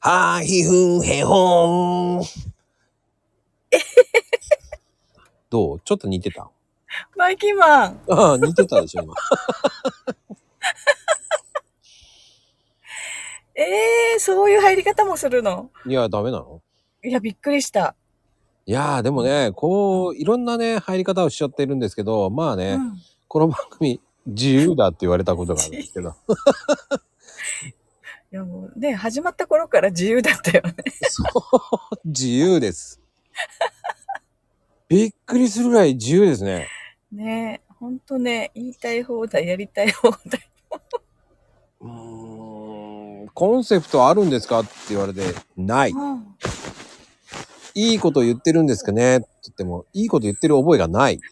はーひふんへほーん。どうちょっと似てたマイキーマン。ああ、似てたでしょ、今。えー、そういう入り方もするの。いや、ダメなのいや、びっくりした。いやー、でもね、こう、いろんなね、入り方をしちゃってるんですけど、まあね、うん。この番組、自由だって言われたことがあるんですけど。いや、もうね、始まった頃から自由だったよね。 そう、自由です。びっくりするぐらい自由ですね。ね え、ほんとね、言いたい放題、やりたい放題。うーん、コンセプトあるんですかって言われて、ない。うん。いいこと言ってるんですかねって言っても、いいこと言ってる覚えがない。い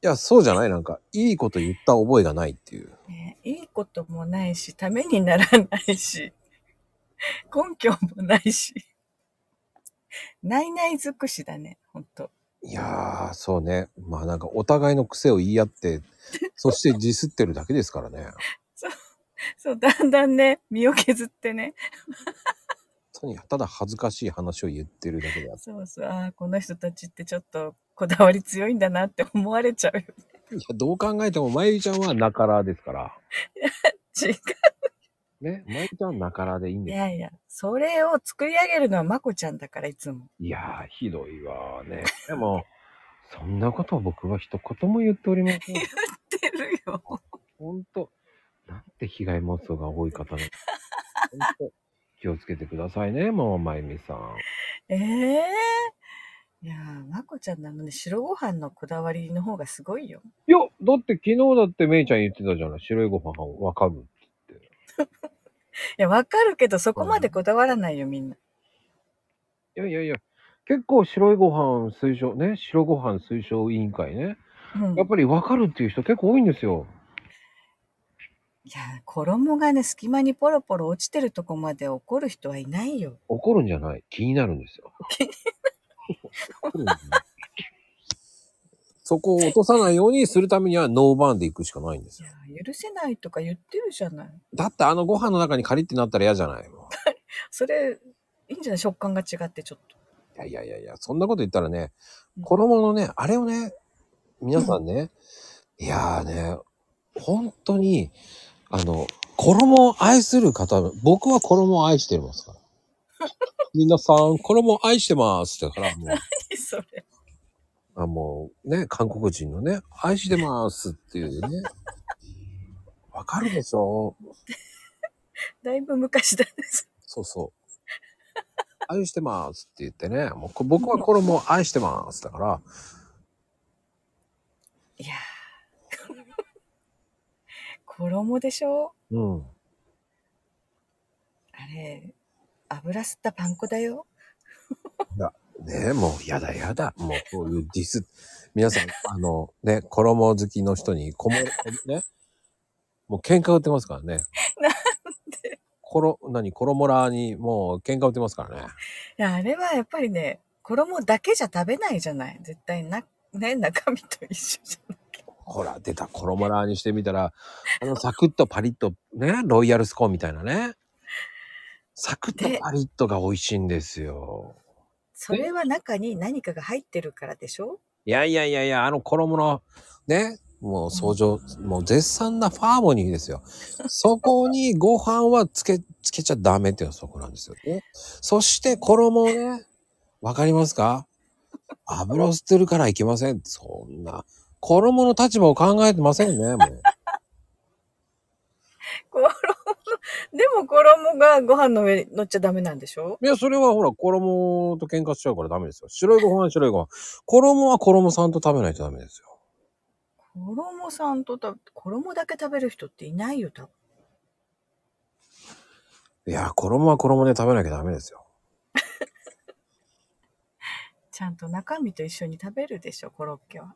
や、そうじゃないなんか、いいこと言った覚えがないっていう。ね、いいこともないし、ためにならないし、 根拠もないし。ないない尽くしだね、ほんと。いやー、そうね。まあなんか、お互いの癖を言い合って、そしてディスってるだけですからね。そう、だんだんね、身を削ってね。とにかくただ恥ずかしい話を言ってるだけであって。そうそう、ああ、この人たちってちょっとこだわり強いんだなって思われちゃうよ。いや、どう考えても、まゆりちゃんはなからですから。違うね。まゆりちゃんはなからでいいんいです。やいや、それを作り上げるのはまこちゃんだから、いつも。いやー、ひどいわーね。でも、そんなことを僕は一言も言っておりません。言ってるよ。ほんと、なんて被害妄想が多い方なの。ほんと、気をつけてくださいね、もう、まゆみさん。ええいやー、まこちゃんなのね、白ご飯のこだわりの方がすごいよ。いや、だって昨日だってめいちゃん言ってたじゃない。白いご飯わかる。いや、わかるけど、そこまでこだわらないよ、みんな。いやいやいや、結構白いご飯推奨、ね、白ご飯推奨委員会ね。うん。やっぱりわかるっていう人結構多いんですよ。いやー、衣がね、隙間にポロポロ落ちてるとこまで怒る人はいないよ。怒るんじゃない気になるんですよ。 怒るんじゃないそこを落とさないようにするためにはノーバーンで行くしかないんですいよや。ー、許せないとか言ってるじゃない。だってあのご飯の中にカリってなったら嫌じゃないもそれ、いいんじゃない食感が違って、ちょっと。ういやいやいやいや、そんなこと言ったらねう、ん衣のね、あれをね、皆さんね、いやーね、本当に、あの、衣を愛する方、僕は衣を愛してます から。皆さん、衣を愛してますだから、もう。何 それ。あ、もうね、韓国人のね、愛してますっていうね。わかるでしょだいぶ昔だね。 そうそう。愛してますって言ってね、もうこ僕は衣を愛してますだから、いやー。 衣でしょうん。あれ、油吸ったパン粉だよ。ねえ、もうやだやだ。もうこういうディス、皆さん、 あの、ね、衣好きの人にこも、ね、もう喧嘩売ってますからね。なんでころ、何、衣らにもう喧嘩売ってますからね。いや、あれはやっぱりね、衣だけじゃ食べないじゃない。絶対な、ね、中身と一緒じゃん。ほら、出た、衣ラーにしてみたら、あの、サクッとパリッと、ね、ロイヤルスコーンみたいなね。サクッとパリッとが美味しいんですよ。それは中に何かが入ってるからでしょいやいやいやいや、あの衣の、ね、もう相乗、もう絶賛なファーモニーですよ。そこにご飯はつけ、 つけちゃダメっていうのはそこなんですよね。そして衣をね、わかりますか油を捨てるからいけません。そんな。衣の立場を考えてませんね、もう。衣の、でも衣がご飯の上に乗っちゃダメなんでしょいや、それはほら、衣と喧嘩しちゃうからダメですよ。白いご飯は白いご飯。衣は衣さんと食べないとダメですよ。衣さんと食べ、衣だけ食べる人っていないよ、多分。いや、衣は衣で食べなきゃダメですよ。ちゃんと中身と一緒に食べるでしょ、コロッケは。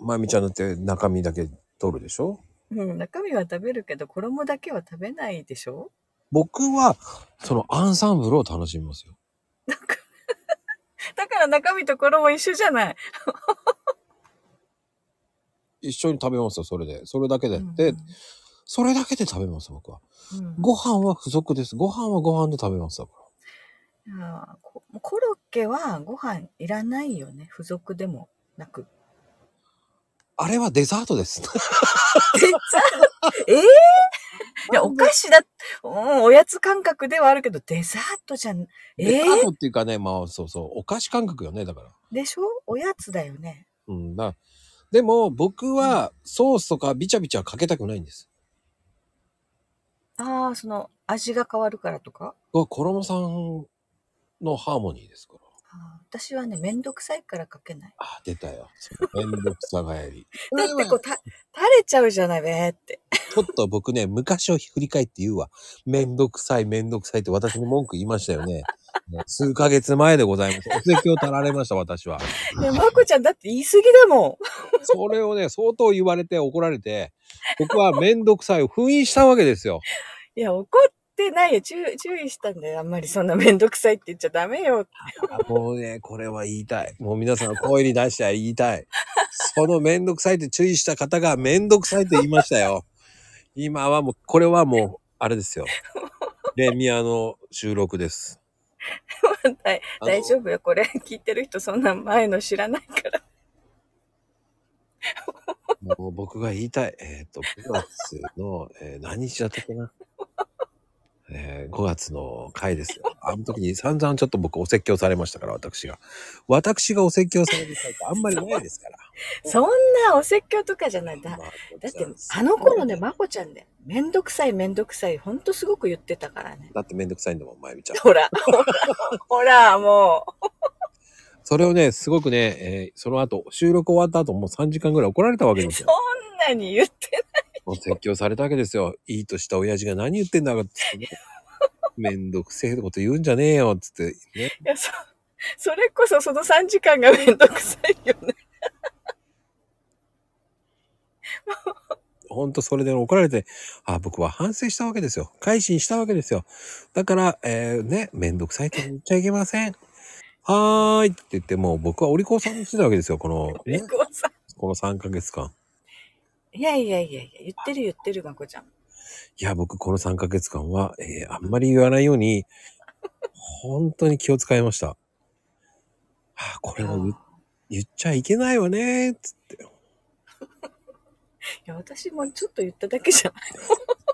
まゆみちゃんだって中身だけ取るでしょうん、中身は食べるけど、衣だけは食べないでしょ僕は、そのアンサンブルを楽しみますよ。だから中身と衣一緒じゃない。一緒に食べますよ、それで。それだけで。うんで、それだけで食べます、僕は。うんご飯は付属です。ご飯はご飯で食べます。だかああこコロッケはご飯いらないよね。付属でもな く。らあれはデザートです。全然ええいや、お菓子だ、うん、おやつ感覚ではあるけど、デザートじゃん、デええザートっていうかね、まあそうそう、お菓子感覚よね、だから。でしょおやつだよね。うんだ。でも僕はソースとかビチャビチャかけたくないんです。ああ、その、味が変わるからとか。これ衣さんのハーモニーですから。ああ私はね、めんどくさいからかけない。あ、出たよ。そのめんどくさがやり。 だってこう、た、垂れちゃうじゃない、べーって。ちょっと僕ね、昔を振り返って言うわ。めんどくさい、めんどくさいって私に文句言いましたよね。もう数ヶ月前でございます。お席を足られました、私は。ね、まこちゃんだって言い過ぎだもそれをね、相当言われて怒られて、僕はめんどくさいを封印したわけですよ。ん。いや、怒ってないよ。注意、注意したんだよ。あんまりそんなめんどくさいって言っちゃダメよ。 もうね、これは言いたい。もう皆さん声に出しては言いたい。そのめんどくさいって注意した方がめんどくさいって言いましたよ。今はもう、これはもう、あれですよ。レミアの収録です。はいあの大丈夫よ。これ 聞いてる人そんな前の知らないから。もう僕が言いたい。えっ、と、5月の、えー何日だったかな。えー5月の回ですよ。あの時に散々ちょっと僕お説教されましたから、私が。私がお説教される回ってあんまりないですから。そんなお説教とかじゃない。だまあだって、あの頃ね、まこちゃんね、めんどくさいめんどくさい、ほんとすごく言ってたから ね。だってめんどくさいんだもん、まゆみちゃん。ほら、ほら、 ほら、もそれをね、すごくね、えーその後、収録終わった後、もう3時間ぐらい怒られたわけう、でそすんよ。なに言ってもう説教されたわけですよ。いいとした親父が何言ってんだかっつって、ね、めんどくせえこと言うんじゃねえよ、つって、ね。ないいやそ。それこそその3時間がめんどくさいよね。ほんとそれで怒られて、あ、僕は反省したわけですよ。改心したわけですよ。だから、えーね、めんどくさいと言っちゃいけません。はーいって言って、もう僕はお利口さんにしてたわけですよ。この、ねリ、コさこの3ヶ月間。ん。いやいやいやいや、言ってる言ってる、まこちゃん。いや、僕、この3ヶ月間は、えーあんまり言わないように、本当に気を使いました。あーこれは言言っちゃいけないわね、つって。いや、私もちょっと言っただけじゃない。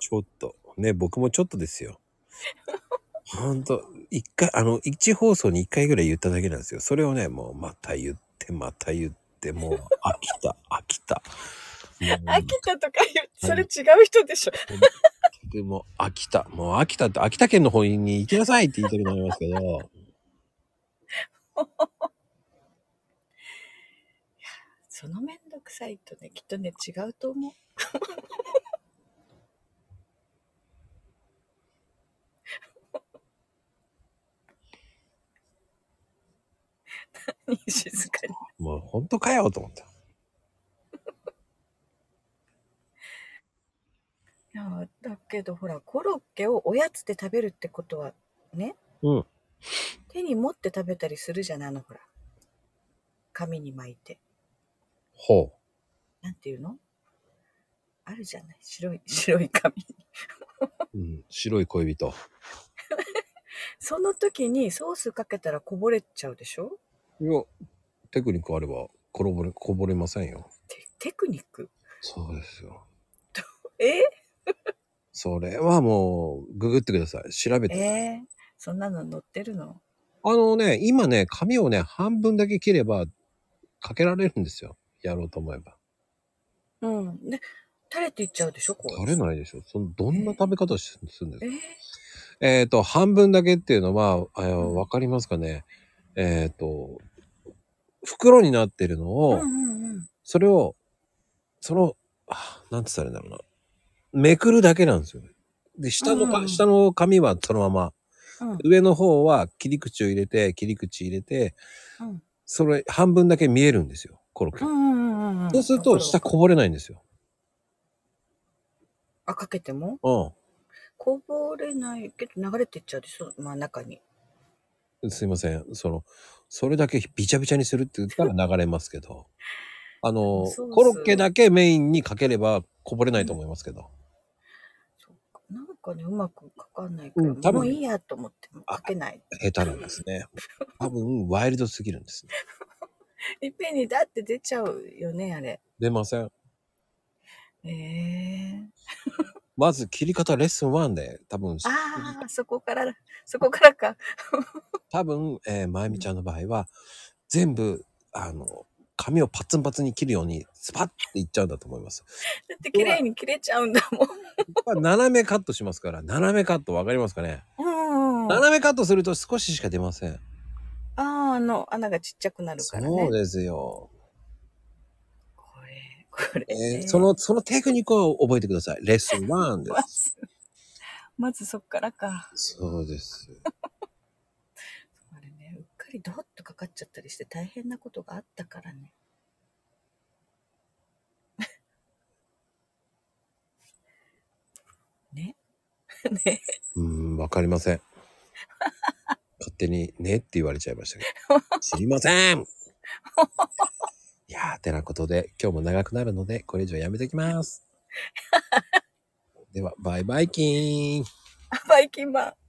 ちょっと。ね、僕もちょっとですよ。本当一回、あの、一放送に一回ぐらい言っただけなんですよ。それをね、もう、また言って、また言って、もう、飽きた、飽きた。もう飽きたとか言う、それ違う人でしょ。でも、秋田、もう秋田って秋田県の方に行きなさいって言いたくなりますけど、そのめんどくさいとね、きっとね、違うと思う。何静かに。もう本当かよと思って。いやだけどほら、コロッケをおやつで食べるってことはね、うん。手に持って食べたりするじゃないあのほら。紙に巻いて。ほう。なんていうのあるじゃない白い、白い紙。うん、白い恋人。その時にソースかけたらこぼれちゃうでしょいや、テクニックあれば、こぼれ、こぼれませんよ。テテクニックそうですよ。えそれはもう、ググってください。調べえて。ーそんなの載ってるのあのね、今ね、髪をね、半分だけ切れば、かけられるんですよ。やろうと思えば。うん。で、垂れていっちゃうでしょこう。垂れないでしょ。その、どんな食べ方しするんですえかーえっ、と、半分だけっていうのは、あんわかりますかね。えっ、と、袋になってるのを、うんうんうん。それを、その、あなんて言ったらいいんだろうな。めくるだけなんですよね。で、下のか、うん下の紙はそのまま。うん上の方は切り口を入れて、切り口入れて、うんそれ半分だけ見えるんですよ。コロッケ。うんうんうんうん。そうすると、下こぼれないんですよ。あ、かけてもうこぼれないけど流れていっちゃうでしょまあ中に。ん。すいません。その、それだけびちゃびちゃにするって言ったら流れますけ ど。あのそうそう、コロッケだけメインにかければこぼれないと思いますけど。かね、うまくかかんないから、うん多分もういいやと思って、もうかけない。下手なんです ね。多分、ワイルドすぎるんですね。いっぺんにだって出ちゃうよね、あれ。出ません。ええまず、切り方レッスン1で、多分、ああ、そこから、そこからか。多分、えー、まゆみちゃんの場合は、全部、あの、髪をパツンパツンに切るように、スパッていっちゃうんだと思います。だって綺麗に切れちゃうんだもん。まあ斜めカットしますから、斜めカットわかりますかね、うん。あ斜めカットすると少ししか出ません。あー、あの、穴がちっちゃくなるからそうね。ですよ。これ、これ、えーその、そのテクニックを覚えてください。レッスン1で。ま すず、まずそっからか。そうです。あれね、うっかりドッとかかっちゃったりして大変なことがあったからね。 ね。 ね。 うーん、わかりません。勝手にねって言われちゃいましたけ ど。知りませんいやー、てなことで、今日も長くなるので、これ以上やめてき ます。では、バイバイキーン。バイキンマン。